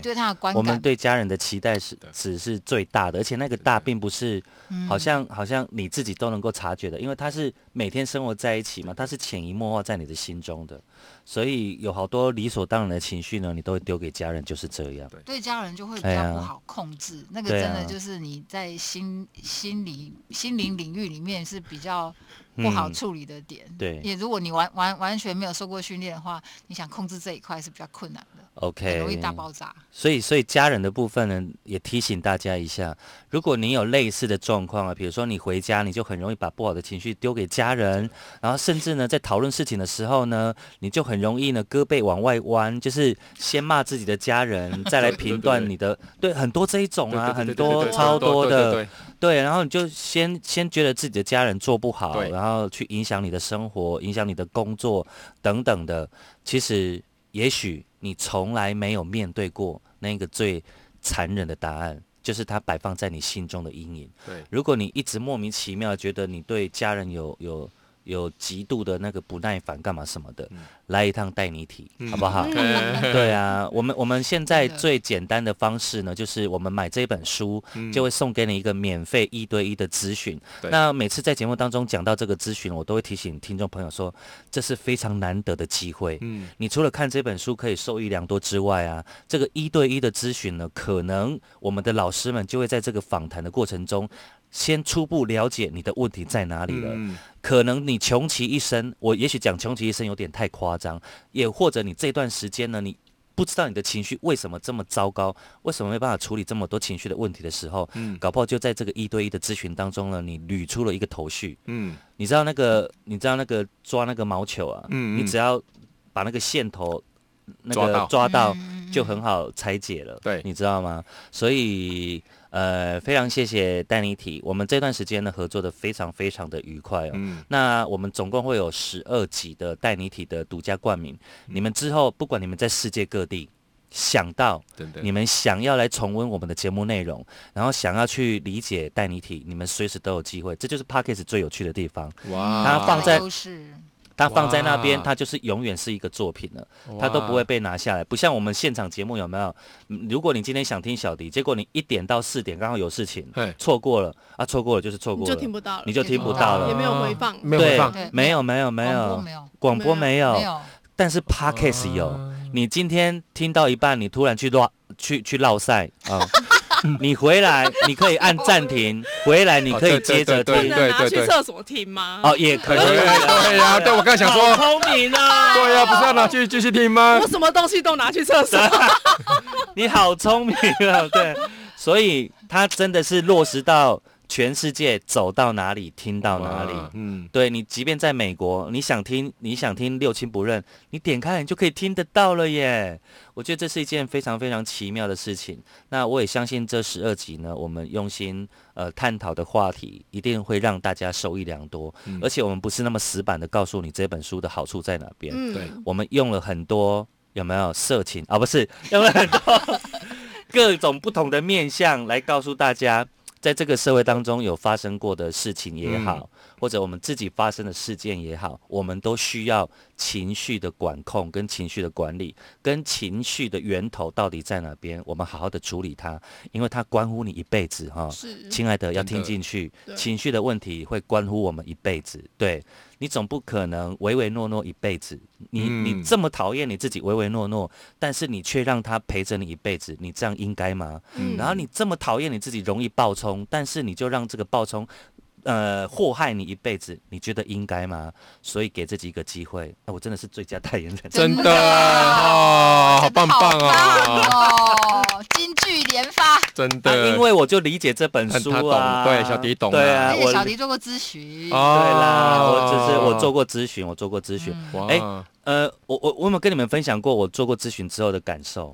[SPEAKER 2] 对
[SPEAKER 5] 对他的观
[SPEAKER 2] 我
[SPEAKER 5] 感
[SPEAKER 2] 们，对家人的期待是
[SPEAKER 4] 对
[SPEAKER 2] 只是最大的，而且那个大并不是
[SPEAKER 5] 嗯
[SPEAKER 2] 好像好像你自己都能够察觉的，因为他是每天生活在一起嘛，他是潜移默化在你的心中的，所以有好多理所当然的情绪呢，你都会丢给家人，就是这样。
[SPEAKER 5] 对家人就会比
[SPEAKER 2] 哎
[SPEAKER 5] 较
[SPEAKER 2] 呀
[SPEAKER 5] 不好控制，那个
[SPEAKER 2] 对
[SPEAKER 5] 真
[SPEAKER 2] 啊
[SPEAKER 5] 的就是你在心心理心灵领域里面是比较不好
[SPEAKER 2] 嗯
[SPEAKER 5] 处理的点。
[SPEAKER 2] 对
[SPEAKER 5] 也如果你完完完全没有受过训练的话，你想控制这一块是比较困难的，很
[SPEAKER 2] OK，
[SPEAKER 5] 容易大爆炸。
[SPEAKER 2] 所以，所以家人的部分呢，也提醒大家一下，如果你有类似的状况啊，比如说你回家，你就很容易把不好的情绪丢给家人，然后甚至呢，在讨论事情的时候呢，你就很容易呢胳膊往外弯，就是先骂自己的家人，再来评断你的，对，很多这一种啊，
[SPEAKER 4] 对
[SPEAKER 2] 很
[SPEAKER 4] 对对对
[SPEAKER 2] 多
[SPEAKER 4] 对对对
[SPEAKER 2] 超多
[SPEAKER 4] 对对
[SPEAKER 2] 的，
[SPEAKER 4] 对
[SPEAKER 2] 对，然后你就先先觉得自己的家人做不好，
[SPEAKER 4] 对
[SPEAKER 2] 然后去影响你的生活，影响你的工作等等的。其实，也许你从来没有面对过那个最残忍的答案，就是它摆放在你心中的阴影。
[SPEAKER 4] 对
[SPEAKER 2] 如果你一直莫名其妙地觉得你对家人有有有极度的那个不耐烦，干嘛什么的，来一趟带你体，好不好？
[SPEAKER 4] 嗯 对
[SPEAKER 2] 对啊，我们我们现在
[SPEAKER 5] 真的
[SPEAKER 2] 最简单的方式呢，就是我们买这本书，就会送给你一个免费一对一的咨询。
[SPEAKER 4] 对
[SPEAKER 2] 那每次在节目当中讲到这个咨询，我都会提醒听众朋友说，这是非常难得的机会。
[SPEAKER 4] 嗯
[SPEAKER 2] 你除了看这本书可以受益良多之外啊，这个一对一的咨询呢，可能我们的老师们就会在这个访谈的过程中，先初步了解你的问题在哪里了。
[SPEAKER 4] 嗯，
[SPEAKER 2] 可能你穷其一生，我也许讲穷其一生有点太夸张，也或者你这段时间呢，你不知道你的情绪为什么这么糟糕，为什么没办法处理这么多情绪的问题的时候，
[SPEAKER 4] 嗯
[SPEAKER 2] 搞不好就在这个一对一的咨询当中呢，你捋出了一个头绪。
[SPEAKER 4] 嗯
[SPEAKER 2] 你知道那个，你知道那个抓那个毛球啊，
[SPEAKER 4] 嗯嗯
[SPEAKER 2] 你只要把那个线头那
[SPEAKER 4] 抓
[SPEAKER 2] 个
[SPEAKER 4] 到
[SPEAKER 2] 抓到，
[SPEAKER 5] 嗯
[SPEAKER 2] 就很好拆解了，
[SPEAKER 4] 对
[SPEAKER 2] 你知道吗？所以呃，非常谢谢丹尼提，我们这段时间呢合作的非常非常的愉快哦。
[SPEAKER 4] 嗯，
[SPEAKER 2] 那我们总共会有十二集的带你体的独家冠名，你们之后不管你们在世界各地想到
[SPEAKER 4] 真的
[SPEAKER 2] 你，们想要来重温我们的节目内容，然后想要去理解带你体，你们随时都有机会，这就是 Podcast 最有趣的地方。
[SPEAKER 4] 哇
[SPEAKER 2] 它放在
[SPEAKER 5] 优势，
[SPEAKER 2] 它放在那边，
[SPEAKER 4] 哇
[SPEAKER 2] 它就是永远是一个作品了，它都不会被拿下来。不像我们现场节目有没有？嗯如果你今天想听小迪，结果你一点到四点刚好有事 情
[SPEAKER 4] 嘿，
[SPEAKER 2] 错过了啊，错过了就是错
[SPEAKER 3] 你
[SPEAKER 2] 过
[SPEAKER 3] 就
[SPEAKER 2] 了，
[SPEAKER 3] 听不到了，
[SPEAKER 2] 你就听不
[SPEAKER 5] 不
[SPEAKER 2] 到
[SPEAKER 5] 到
[SPEAKER 2] 了
[SPEAKER 3] 也。没有回放
[SPEAKER 4] 没有回放，
[SPEAKER 5] 对
[SPEAKER 2] 没有没有没
[SPEAKER 5] 广播
[SPEAKER 2] 有
[SPEAKER 5] 没有
[SPEAKER 2] 广播没有
[SPEAKER 5] 没有，
[SPEAKER 2] 但是 podcast 有。你今天听到一半，你突然去绕去去绕赛啊，你回来你可以按暂停，回来你可以接着
[SPEAKER 3] 不
[SPEAKER 4] 对
[SPEAKER 2] 听
[SPEAKER 4] 对
[SPEAKER 3] 能拿去
[SPEAKER 4] 对对
[SPEAKER 3] 厕所听吗？
[SPEAKER 2] 哦，也可
[SPEAKER 4] 可
[SPEAKER 2] 以
[SPEAKER 4] 以。对呀，对我刚才想
[SPEAKER 2] 好
[SPEAKER 4] 说，
[SPEAKER 2] 聪明啊！
[SPEAKER 4] 对呀，不是要拿去继续听吗
[SPEAKER 3] 我？什么东西都拿去厕所，
[SPEAKER 2] 你好聪明哦，对，所以他真的是落实到全世界，走到哪里听到哪里。
[SPEAKER 4] 哇嗯，
[SPEAKER 2] 对你，即便在美国，你想听你想听六亲不认，你点开你就可以听得到了耶。我觉得这是一件非常非常奇妙的事情。那我也相信这十二集呢，我们用心呃探讨的话题，一定会让大家受益良多。而且我们不是那么死板的告诉你这本书的好处在哪边，
[SPEAKER 3] 嗯，
[SPEAKER 4] 对，
[SPEAKER 2] 我们用了很多有没有色情啊？不是， 用了很多各种不同的面向来告诉大家，在这个社会当中有发生过的事情也好，或者我们自己发生的事件也好，我们都需要情绪的管控、跟情绪的管理、跟情绪的源头到底在哪边，我们好好的处理它，因为它关乎你一辈子哈。
[SPEAKER 3] 是
[SPEAKER 2] 亲爱的，要
[SPEAKER 4] 真
[SPEAKER 2] 听
[SPEAKER 4] 的
[SPEAKER 2] 进去，
[SPEAKER 3] 嗯对
[SPEAKER 2] 情绪的问题会关乎我们一辈子。对你总不可能唯唯诺诺一辈子，你、你
[SPEAKER 4] 嗯
[SPEAKER 2] 这么讨厌你自己唯唯诺诺，但是你却让他陪着你一辈子，你这样应该吗？
[SPEAKER 3] 嗯
[SPEAKER 2] 然后你这么讨厌你自己容易暴冲，但是你就让这个暴冲。呃，祸害你一辈子，你觉得应该吗？所以给自己一个机会。那、我真的是最佳代言人，
[SPEAKER 4] 真
[SPEAKER 5] 真
[SPEAKER 4] 的
[SPEAKER 5] 的
[SPEAKER 4] 哦，好棒棒哦，
[SPEAKER 5] 哦！金句连发，
[SPEAKER 4] 真
[SPEAKER 2] 啊
[SPEAKER 4] 的，
[SPEAKER 2] 因为我就理解这本
[SPEAKER 4] 很
[SPEAKER 2] 书
[SPEAKER 4] 他懂
[SPEAKER 2] 啊，
[SPEAKER 4] 对小迪懂啊
[SPEAKER 2] 对啊，
[SPEAKER 5] 而且
[SPEAKER 2] 我
[SPEAKER 5] 小迪做过咨询，
[SPEAKER 4] 哦
[SPEAKER 2] 对啦，我就是我做过咨询，我做过咨询。
[SPEAKER 4] 哇，
[SPEAKER 2] 哎呃，我我我有没有跟你们分享过我做过咨询之后的感受？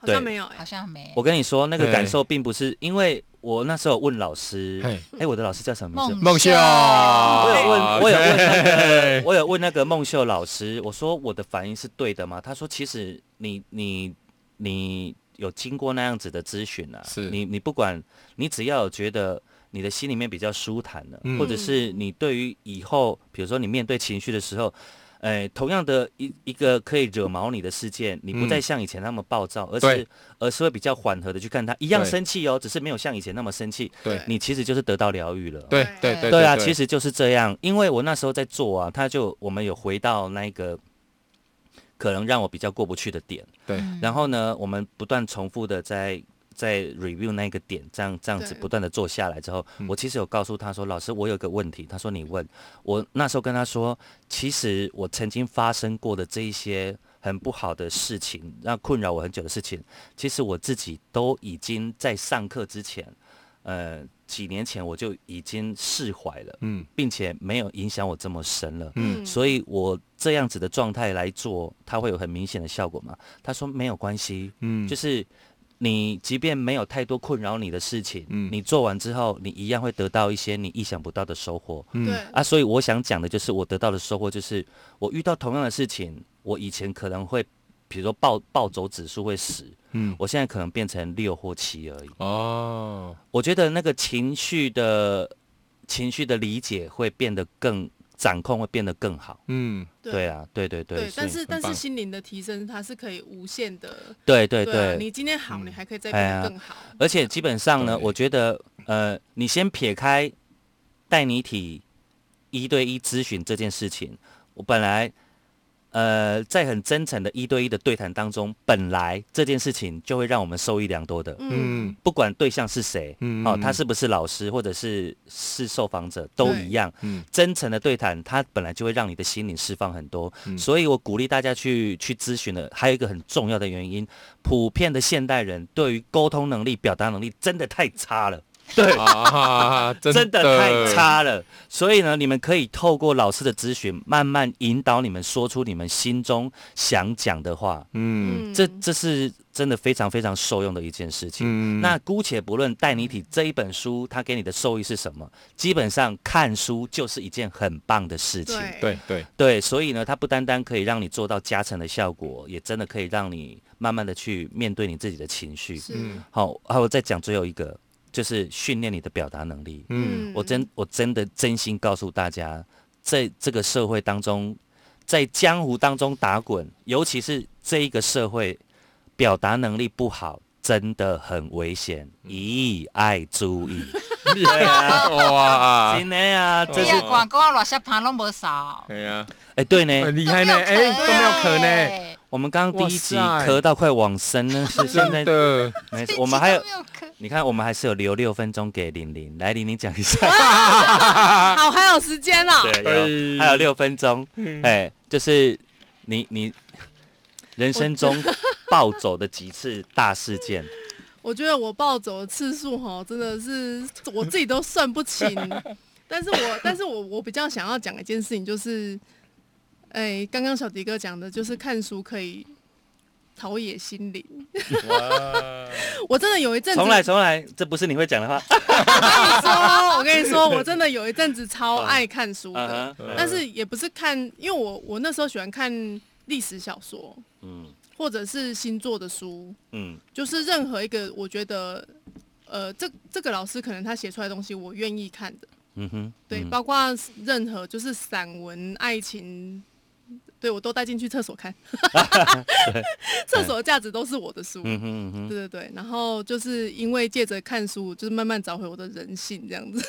[SPEAKER 3] 好
[SPEAKER 2] 对
[SPEAKER 3] 像没有哎
[SPEAKER 5] 好，像没
[SPEAKER 2] 我跟你说，那个
[SPEAKER 4] 嘿
[SPEAKER 2] 感受并不是因为我那时候问老师，哎
[SPEAKER 4] 嘿、
[SPEAKER 2] 我的老师叫什么名字？
[SPEAKER 5] 梦哎
[SPEAKER 4] 梦秀，
[SPEAKER 2] 我有问，我有问那个
[SPEAKER 4] 嘿，
[SPEAKER 2] 我有问那个孟秀老师，我说我的反应是对的吗？他说，其实你你你有经过那样子的咨询啊，
[SPEAKER 4] 是
[SPEAKER 2] 你你不管你只要有觉得你的心里面比较舒坦了，
[SPEAKER 4] 嗯
[SPEAKER 2] 或者是你对于以后，比如说你面对情绪的时候。哎，同样的一一个可以惹毛你的事件，你不
[SPEAKER 4] 嗯
[SPEAKER 2] 再像以前那么暴躁，而
[SPEAKER 4] 对
[SPEAKER 2] 是而是会比较缓和的去看它，一样
[SPEAKER 4] 对
[SPEAKER 2] 生气哦，只是没有像以前那么生气。
[SPEAKER 4] 对
[SPEAKER 2] 你其实就是得到疗愈了。
[SPEAKER 4] 对对对
[SPEAKER 2] 对啊，其实就是这样，因为我那时候在做啊，他就我们有回到那一个可能让我比较过不去的点，
[SPEAKER 4] 对
[SPEAKER 2] 然后呢，我们不断重复的在在 review 那个点，这样这样子
[SPEAKER 3] 对
[SPEAKER 2] 不断的做下来之后，我其实有告诉他说，老师，我有个问题，他说你问我那时候跟他说，其实我曾经发生过的这一些。很不好的事情，让困扰我很久的事情，其实我自己都已经在上课之前，呃，几年前我就已经释怀了，
[SPEAKER 4] 嗯
[SPEAKER 2] 并且没有影响我这么深了。
[SPEAKER 4] 嗯
[SPEAKER 2] 所以我这样子的状态来做，它会有很明显的效果吗？他说没有关系，
[SPEAKER 4] 嗯
[SPEAKER 2] 就是你即便没有太多困扰你的事情，
[SPEAKER 4] 嗯
[SPEAKER 2] 你做完之后，你一样会得到一些你意想不到的收获。
[SPEAKER 3] 对，
[SPEAKER 2] 啊，所以我想讲的就是我得到的收获，就是我遇到同样的事情，我以前可能会，比如说暴暴走指数会十，
[SPEAKER 4] 嗯
[SPEAKER 2] 我现在可能变成六或七而已。
[SPEAKER 4] 哦，
[SPEAKER 2] 我觉得那个情绪的情绪的理解会变得更掌控，会变得更好。
[SPEAKER 4] 嗯
[SPEAKER 3] 对
[SPEAKER 2] 对啊，对对对，
[SPEAKER 3] 对，
[SPEAKER 2] 所以
[SPEAKER 3] 但是但
[SPEAKER 4] 棒
[SPEAKER 3] 是心灵的提升，它是可以无限的。
[SPEAKER 2] 对对
[SPEAKER 3] 啊
[SPEAKER 2] 对，
[SPEAKER 3] 你今天好，你还可以再
[SPEAKER 2] 哎
[SPEAKER 3] 变
[SPEAKER 2] 呀
[SPEAKER 3] 得更好。
[SPEAKER 2] 而且基本上呢，
[SPEAKER 4] 对
[SPEAKER 2] 我觉得呃，你先撇开带你体一对一咨询这件事情，我本来呃在很真诚的一对一的对谈当中，本来这件事情就会让我们受益良多的。
[SPEAKER 4] 嗯
[SPEAKER 2] 不管对象是谁，
[SPEAKER 4] 嗯
[SPEAKER 2] 哦，他是不是老师或者是是受访者都一样，
[SPEAKER 4] 嗯
[SPEAKER 2] 真诚的对谈，它本来就会让你的心灵释放很多。
[SPEAKER 4] 嗯
[SPEAKER 2] 所以我鼓励大家去去咨询的，还有一个很重要的原因，普遍的现代人对于沟通能力、表达能力真的太差了。
[SPEAKER 4] 啊，
[SPEAKER 2] 真
[SPEAKER 4] 真
[SPEAKER 2] 的太，差了。所以呢，你们可以透过老师的咨询，慢慢引导你们说出你们心中想讲的话。
[SPEAKER 4] 嗯
[SPEAKER 3] 嗯，
[SPEAKER 2] 这这是真的非常非常受用的一件事情。
[SPEAKER 4] 嗯
[SPEAKER 2] 那姑且不论《带你体》这一本书，它给你的受益是什么，基本上看书就是一件很棒的事情。
[SPEAKER 3] 对
[SPEAKER 4] 对对
[SPEAKER 2] 对，所以呢，它不单单可以让你做到加成的效果，也真的可以让你慢慢的去面对你自己的情绪。
[SPEAKER 3] 是
[SPEAKER 4] 嗯
[SPEAKER 2] 好，还有再讲最后一个，就是训练你的表达能力。
[SPEAKER 4] 嗯
[SPEAKER 2] 我真我真的真心告诉大家，在这个社会当中，在江湖当中打滚，尤其是这一个社会，表达能力不好真的很危险，咦，爱注意。对啊，
[SPEAKER 4] 哇，
[SPEAKER 2] 真的啊，这
[SPEAKER 5] 这
[SPEAKER 2] 是
[SPEAKER 5] 样广告落下盘拢无少，
[SPEAKER 4] 哎呀，
[SPEAKER 2] 哎，对呢
[SPEAKER 4] 很，厉害呢，哎都没有可呢，
[SPEAKER 5] 呢，
[SPEAKER 2] 我们刚刚第一集
[SPEAKER 4] 哇塞
[SPEAKER 2] 咳到快往生了，是现在
[SPEAKER 4] 啊真的，
[SPEAKER 2] 没事，
[SPEAKER 5] 这
[SPEAKER 2] 我们还有
[SPEAKER 5] 集都。没有可
[SPEAKER 2] 你看，我们还是有留六分钟给玲玲，来，玲玲讲一下。
[SPEAKER 4] 啊
[SPEAKER 3] 好，还有时间哦了。
[SPEAKER 2] 对，有还有六分钟，哎，就是你你人生中暴走的几次大事件？
[SPEAKER 3] 我觉得我暴走的次数哈，真的是我自己都算不清。但是我，但是我，我比较想要讲一件事情，就是，哎、刚刚小迪哥讲的，就是看书可以陶冶心灵。
[SPEAKER 6] 哇，
[SPEAKER 3] 我真的有一阵子，
[SPEAKER 2] 重来，重来，这不是你会讲的话。
[SPEAKER 3] 我跟你说，我跟你 说，我真的有一阵子超爱看书的
[SPEAKER 2] 嗯嗯，
[SPEAKER 3] 但是也不是看，因为我我那时候喜欢看历史小说
[SPEAKER 2] 嗯
[SPEAKER 3] 或者是星座的书，
[SPEAKER 2] 嗯
[SPEAKER 3] 就是任何一个我觉得，呃，这这个老师可能他写出来的东西我愿意看的，
[SPEAKER 2] 嗯哼，
[SPEAKER 3] 对，
[SPEAKER 2] 嗯
[SPEAKER 3] 包括任何就是散文、爱情，对我都带进去厕所 看，厕所的价值都是我的书，
[SPEAKER 2] 嗯哼嗯哼，
[SPEAKER 3] 对对对，然后就是因为借着看书，就是慢慢找回我的人性这样子。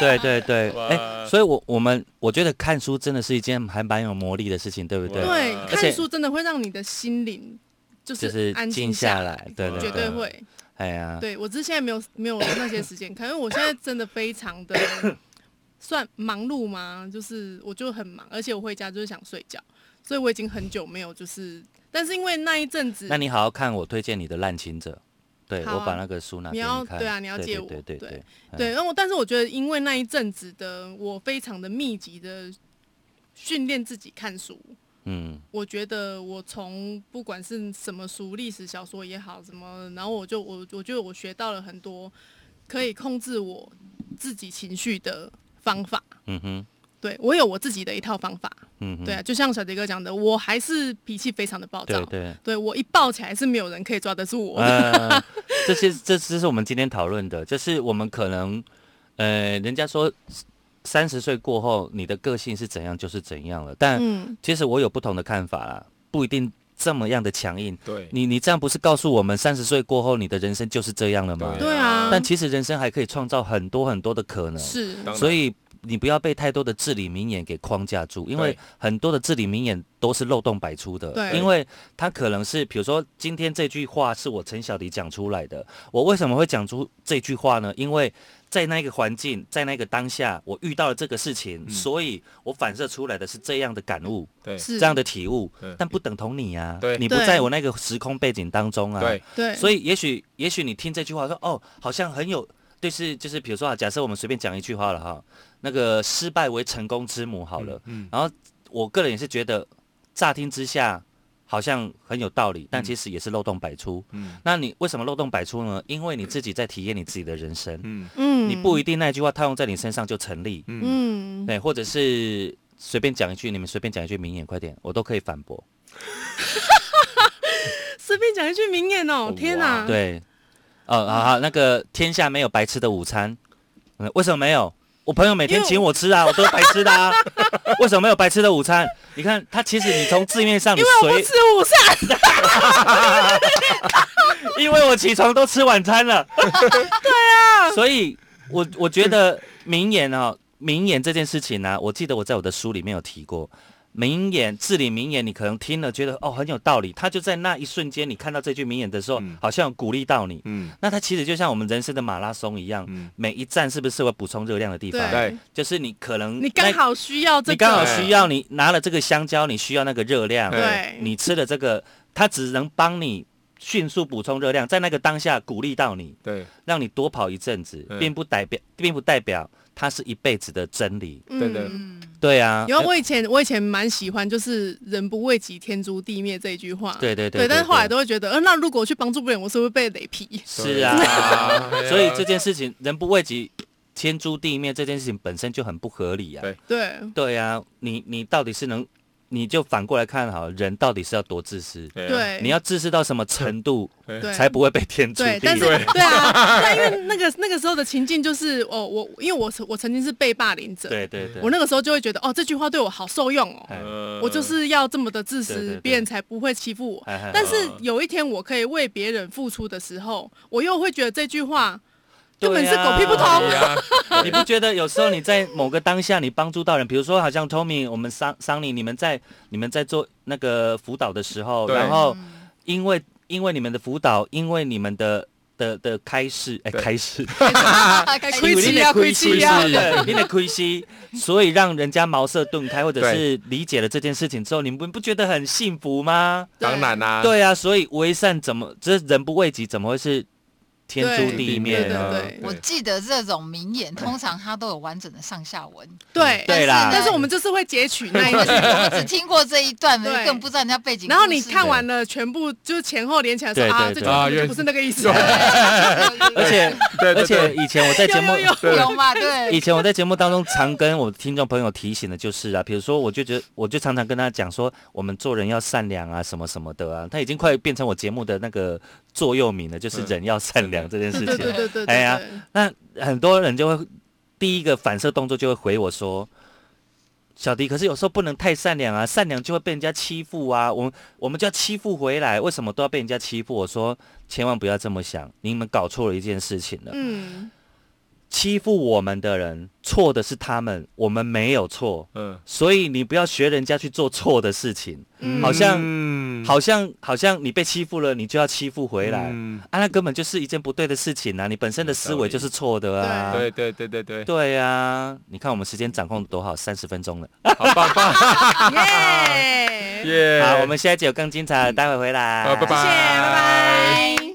[SPEAKER 2] 对对对，
[SPEAKER 6] 哇
[SPEAKER 2] 哎、所以我我们我觉得看书真的是一件还蛮有魔力的事情，对不对？
[SPEAKER 6] 哇
[SPEAKER 3] 对，
[SPEAKER 6] 而
[SPEAKER 2] 且
[SPEAKER 3] 看书真的会让你的心灵就
[SPEAKER 2] 就是是
[SPEAKER 3] 安
[SPEAKER 2] 静
[SPEAKER 3] 静
[SPEAKER 2] 下
[SPEAKER 3] 来，
[SPEAKER 2] 来，对对
[SPEAKER 3] 绝
[SPEAKER 2] 对，
[SPEAKER 3] 对会。
[SPEAKER 2] 哎呀，
[SPEAKER 3] 对我只是现在没有 没有那些时间看，因为我现在真的非常的算忙碌吗？就是我就很忙，而且我回家就是想睡觉，所以我已经很久没有就是，但是因为那一阵子
[SPEAKER 2] 那你好好看我推荐你的《滥情者》，对、
[SPEAKER 3] 嗯好啊
[SPEAKER 2] 我把那个书拿给
[SPEAKER 3] 你要
[SPEAKER 2] 看，
[SPEAKER 3] 对啊你要借我
[SPEAKER 2] 对对对
[SPEAKER 3] 对
[SPEAKER 2] 对，嗯
[SPEAKER 3] 对，然后但是我觉得，因为那一阵子的我非常的密集的训练自己看书，
[SPEAKER 2] 嗯
[SPEAKER 3] 我觉得我从不管是什么书，历史小说也好，什么，然后我就我我觉得我学到了很多可以控制我自己情绪的方法。
[SPEAKER 2] 嗯哼
[SPEAKER 3] 对我有我自己的一套方法。
[SPEAKER 2] 嗯哼，
[SPEAKER 3] 对啊，就像小迪哥讲的，我还是脾气非常的暴躁。
[SPEAKER 2] 对对。
[SPEAKER 3] 对我一爆起来是没有人可以抓得住我的。
[SPEAKER 2] 呃，这些这这是我们今天讨论的，就是我们可能，呃，人家说三十岁过后你的个性是怎样就是怎样了，但
[SPEAKER 3] 嗯，
[SPEAKER 2] 其实我有不同的看法啦，不一定这么样的强硬。
[SPEAKER 4] 对
[SPEAKER 2] 你你这样不是告诉我们三十岁过后你的人生就是这样了吗？
[SPEAKER 4] 对
[SPEAKER 3] 对啊。
[SPEAKER 2] 但其实人生还可以创造很多很多的可能，
[SPEAKER 3] 是
[SPEAKER 4] 当然
[SPEAKER 2] 所以你不要被太多的至理名言给框架住，因为
[SPEAKER 4] 对
[SPEAKER 2] 很多的至理名言都是漏洞百出的。
[SPEAKER 3] 对
[SPEAKER 2] 因为它可能是，比如说今天这句话是我陈小迪讲出来的，我为什么会讲出这句话呢？因为在那个环境，在那个当下，我遇到了这个事情，
[SPEAKER 4] 嗯
[SPEAKER 2] 所以我反射出来的是这样的感悟，
[SPEAKER 4] 对
[SPEAKER 3] 是
[SPEAKER 2] 这样的体悟
[SPEAKER 4] 嗯，
[SPEAKER 2] 但不等同你啊
[SPEAKER 4] 对，
[SPEAKER 2] 你不
[SPEAKER 3] 对
[SPEAKER 2] 在我那个时空背景当中啊。
[SPEAKER 4] 对，
[SPEAKER 3] 对，
[SPEAKER 2] 所以也许也许你听这句话说哦，好像很有，就是就是比如说啊，假设我们随便讲一句话了哈，那个失败为成功之母好了，
[SPEAKER 4] 嗯，
[SPEAKER 2] 然后我个人也是觉得，乍听之下好像很有道
[SPEAKER 3] 嗯
[SPEAKER 2] 理，但其实也是漏洞百出。
[SPEAKER 4] 嗯
[SPEAKER 2] 那你为什么漏洞百出呢？因为你自己在体验你自己的人生，
[SPEAKER 4] 嗯
[SPEAKER 3] 嗯，
[SPEAKER 2] 你不一定那句话套用在你身上就成立，
[SPEAKER 4] 嗯，
[SPEAKER 3] 嗯，
[SPEAKER 2] 对，或者是随便讲一句，你们随便讲一句名言，快点，我都可以反驳。
[SPEAKER 3] 随便讲一句名言哦，天哪！
[SPEAKER 2] 对，哦，好好，那个天下没有白吃的午餐，嗯为什么没有？我朋友每天请我吃啊，我都是白吃 的啊，为什么没有白吃的午餐？你看，他其实你从字面上，你
[SPEAKER 3] 因为我不
[SPEAKER 2] 随
[SPEAKER 3] 吃午餐，
[SPEAKER 2] 因为我起床都吃晚餐了，对啊， 所以我我觉得名言啊、名言这件事情呢、啊我记得我在我的书里面有提过。名言，至理名言，你可能听了觉得哦很有道理，他就在那一瞬间，你看到这句名言的时候，
[SPEAKER 4] 嗯
[SPEAKER 2] 好像有鼓励到你，
[SPEAKER 4] 嗯
[SPEAKER 2] 那它其实就像我们人生的马拉松一样，
[SPEAKER 4] 嗯
[SPEAKER 2] 每一站是不是会补充热量的地方？
[SPEAKER 3] 对
[SPEAKER 4] 对，
[SPEAKER 2] 就是你可能
[SPEAKER 3] 你刚
[SPEAKER 2] 那
[SPEAKER 3] 好需要这个，
[SPEAKER 2] 你刚好需要你拿了这个香蕉，你需要那个热量，
[SPEAKER 3] 对
[SPEAKER 2] 你吃了这个，它只能帮你迅速补充热量，在那个当下鼓励到你，
[SPEAKER 4] 对，
[SPEAKER 2] 让你多跑一阵子，
[SPEAKER 4] 对
[SPEAKER 2] 并不代表并不代表它是一辈子的真理。
[SPEAKER 4] 对对
[SPEAKER 3] 嗯
[SPEAKER 2] 对啊，
[SPEAKER 3] 有啊，我以前我以前蛮喜欢，就是“人不为己，天诛地灭”这一句话。
[SPEAKER 2] 对对
[SPEAKER 3] 对
[SPEAKER 2] 对，
[SPEAKER 3] 但是后来都会觉得，呃，那如果去帮助别人，我是不是被雷劈？
[SPEAKER 2] 是啊，
[SPEAKER 6] 对啊
[SPEAKER 2] 所以这件事情人不为己，天诛地灭这件事情本身就很不合理啊。
[SPEAKER 4] 对
[SPEAKER 3] 对，
[SPEAKER 2] 对呀、你你到底是能，你就反过来看好，人到底是要多自私，
[SPEAKER 4] 对啊
[SPEAKER 3] 对，
[SPEAKER 2] 你要自私到什么程度，
[SPEAKER 3] 对
[SPEAKER 2] 才不会被天诛
[SPEAKER 3] 对，
[SPEAKER 2] 地
[SPEAKER 3] 但是
[SPEAKER 2] 灭？
[SPEAKER 3] 对啊，但因为那个那个时候的情境就是，哦，我因为我曾我曾经是被霸凌者，
[SPEAKER 2] 对对对，
[SPEAKER 3] 我那个时候就会觉得，哦，这句话对我好受用哦，
[SPEAKER 2] 哎
[SPEAKER 4] 嗯
[SPEAKER 6] 呃
[SPEAKER 3] 我就是要这么的自
[SPEAKER 2] 对对
[SPEAKER 3] 私
[SPEAKER 2] 对，
[SPEAKER 3] 别人才不会欺负我。
[SPEAKER 2] 哎哎
[SPEAKER 3] 但是有一天我可以为别人付出的时候，我又会觉得这句话根本是
[SPEAKER 2] 对啊
[SPEAKER 3] 狗屁不通。
[SPEAKER 2] 对啊 你不觉得有时候你在某个当下你帮助到人，比如说好像 Tommy，我们桑桑尼，你们在你们在做那个辅导的时候，
[SPEAKER 3] 嗯
[SPEAKER 4] 对
[SPEAKER 5] 嗯
[SPEAKER 2] 然后因为因为你们的辅导，因为你们的的的开始，哎、
[SPEAKER 4] 对
[SPEAKER 2] 开始，
[SPEAKER 5] 开
[SPEAKER 3] 亏
[SPEAKER 5] 心
[SPEAKER 3] 气啊，亏气啊！
[SPEAKER 2] 是你的亏息， 所以让人家茅塞顿开，或者
[SPEAKER 4] 对
[SPEAKER 2] 是理解了这件事情之后，你们不觉得很幸福吗？
[SPEAKER 4] 当然啦、
[SPEAKER 2] 对啊，所以为善怎么这人不为己，怎么会是天
[SPEAKER 3] 对
[SPEAKER 2] 诛地灭
[SPEAKER 4] 啊
[SPEAKER 2] 呢？
[SPEAKER 3] 对对对
[SPEAKER 5] 我记得这种名言，通常它都有完整的上下 文。
[SPEAKER 3] 对，
[SPEAKER 2] 对啦
[SPEAKER 3] 但是我们就是会截取那一
[SPEAKER 5] 我只
[SPEAKER 3] 个，
[SPEAKER 5] 我只听过这一段，
[SPEAKER 3] 对
[SPEAKER 5] 更不知道人家背景故事。
[SPEAKER 3] 然后你看完了全部，就是前后连起来说
[SPEAKER 2] 对
[SPEAKER 3] 啊，
[SPEAKER 2] 对
[SPEAKER 3] 这
[SPEAKER 2] 对
[SPEAKER 3] 个
[SPEAKER 4] 啊
[SPEAKER 3] 就不是那个意思。
[SPEAKER 5] 有，
[SPEAKER 2] 而且
[SPEAKER 4] 对对嗯
[SPEAKER 2] 而且以前我在节目
[SPEAKER 3] 有有有
[SPEAKER 5] 有有有嘛？对，
[SPEAKER 2] 以前我在节目当中常跟我的听众朋友提醒的就是啊，比如说我就觉得，我就常常跟他讲说，我们做人要善良啊，什么什么的啊，他已经快变成我节目的那个座右铭了，就是人要善良这件事
[SPEAKER 3] 对
[SPEAKER 2] 情。
[SPEAKER 3] 对对对对，对
[SPEAKER 2] 哎呀，那很多人就会第一个反射动作就会回我说：“小迪，可是有时候不能太善良啊，善良就会被人家欺负啊，我们我们就要欺负回来，为什么都要被人家欺负？”我说：“千万不要这么想，你们搞错了一件事情了。
[SPEAKER 3] 嗯，
[SPEAKER 2] 欺负我们的人错的是他们，我们没有错，
[SPEAKER 4] 嗯，
[SPEAKER 2] 所以你不要学人家去做错的事情，
[SPEAKER 3] 嗯
[SPEAKER 2] 好像
[SPEAKER 4] 嗯
[SPEAKER 2] 好像好像你被欺负了，你就要欺负回来。
[SPEAKER 4] 嗯
[SPEAKER 2] 啊，那根本就是一件不对的事情啊！你本身的思维就是错的啊。
[SPEAKER 4] 对对对对 对，
[SPEAKER 2] 对呀、你看我们时间掌控得多好，三十分钟了。
[SPEAKER 4] 好棒棒，
[SPEAKER 3] 耶，谢谢，
[SPEAKER 4] 耶！
[SPEAKER 2] 好，我们下一节有更精彩的，待会回来。
[SPEAKER 4] 好拜拜
[SPEAKER 3] 拜拜。